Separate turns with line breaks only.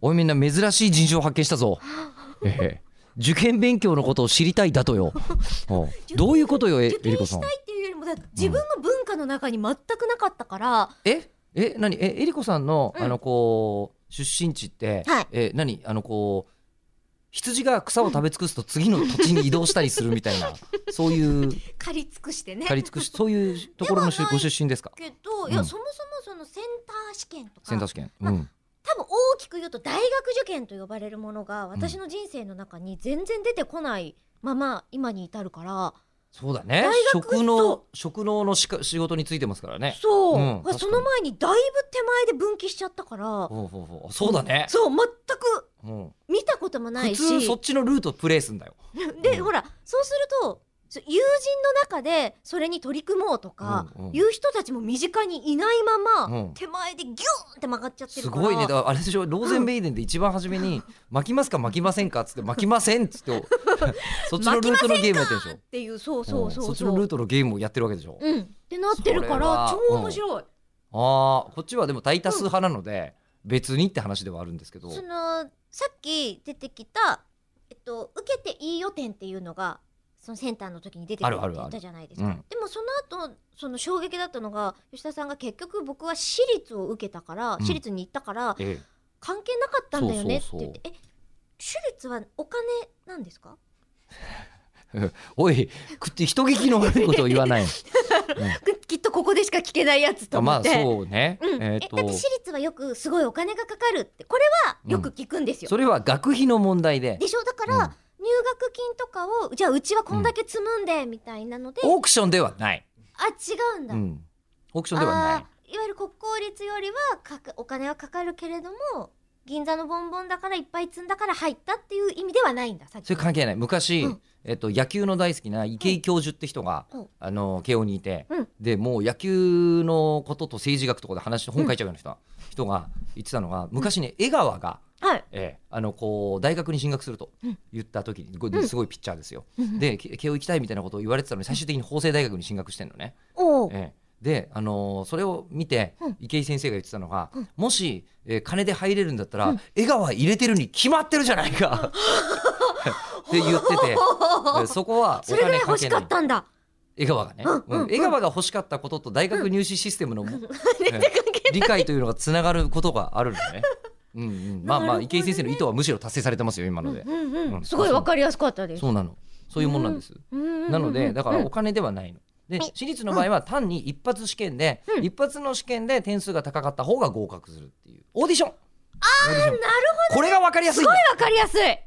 おいみんな珍しい人種を発見したぞ。ええ受験勉強のことを知りたいだと よ。おうどういうことよ、え
受
えりこ
験
さ
し
ん
た。いっていうよりもだって自分の文化の中に全くなかったから、
ええ何ええりこさんの、
うん
あのこう出身地って、
はい
え何あのこう羊が草を食べ尽くすと次の土地に移動したりするみた いなそういう
借り尽くしてね
借り尽くしそういうところのし
ではな
ご
い
出身ですか
けど、
ん
いやそもそもそのセンター試験とか
センター試験、うん、
多分大きく言うと大学受験と呼ばれるものが私の人生の中に全然出てこないまま今に至るから、
そうだね
大学
職
そ
能職能のしか仕事についてますからね
そう、
うん確
まあ
かに
その前にだいぶ手前で分岐しちゃったから
ほうほうほうそうだね、
そう全く
うん、
見たこともな
普
いし
通そっちのルートプレイすんだよ、
で、
うん
ほらそうするとそう友人の中でそれに取り組もうとか、
うんうん
いう人たちも身近にいないまま、
うん
手前でギューンって曲がっちゃって
す
るから
ごいねだからあれでしょローゼンベイデンで一番初めに「巻きますか巻きませんか」っつって「巻きません」っつって そっちのルートのゲームやってるでしょ
っていうそうそうそううん
そっち
そ
のルー
う
トのゲームをやってるわけでしょ、
うんってなってるか
それは
ら超面白
ああ
い、
こっちはでも大多数派なので、別にって話ではあるんですけど
そのさっき出てきた、えっと、受けていい予定っていうのがそのセンターの時に出てくるって
あるある
言
ある
ったじゃないですか
うん
でもその後その衝撃だったのが吉田さんが結局僕は私立を受けたから、
ん
私立に行ったから
ええ
関係なかったんだよねって
そうそう
言ってえ私立はお金なんですか
おいくって人聞きの悪いことを言わない
くきっとここでしか聞けないや つと
あ
思
ま
っ
あ
て、
そうね、
うんえ
えっ、
だって私
と
立はよくすごいお金がかかるってこれはよく聞くんですよ、
それは学費の問題で
でしょだから、
うん
入学金とかをじゃあうちはこんだけ積むんで、みたいなので
オークションではない、
あ違うんだ、
うん、オークションではない
あーいわゆる国公立よりはかくお金はかかるけれども銀座のボンボンだからいっぱい積んだから入ったっていう意味ではないんださっき
それ関係ない昔、
うん
えっと、野球の大好きな池井教授って人が、
うん
あの慶応にいて、
うん
でもう野球のことと政治学とかで話して本書いちゃうような人,、人が言ってたのが昔ね江川が、
はい
ええあのこう大学に進学すると
うん
言った時に、こ
う
れ
ん
すごいピッチャーですよ、
うん
でけ慶応行きたいみたいなことを言われてたのに最終的に法政大学に進学してんのね。
おお、
ええで、あのーそれを見て
うん
池井先生が言ってたのが、
うん
もし、えー金で入れるんだったら、
うん
江川入れてるに決まってるじゃない かって言っててでそこはお
それぐ
金
らい
か
欲し
け
か
ない
ったんだ
江川がね、
うんうん
うん江川が欲しかったことと大学入試システムの、ええ
関係
理解というのがつながることがあるのね。うんうん、まあまあ
なるほどね
池井先生の意図はむしろ達成されてますよ今ので、
うんうんう、
うんん
すごいわかりやすかったです
そうなのそういうもんなんです、
うんうんうんうん
なのでだから
うん
お金ではないの。で
はい
私立の場合は単に一発試験で、
うん
一発の試験で点数が高かった方が合格するっていうオーディションああなるほどこれが分かりやすいん
すごい
だ
わかりやすい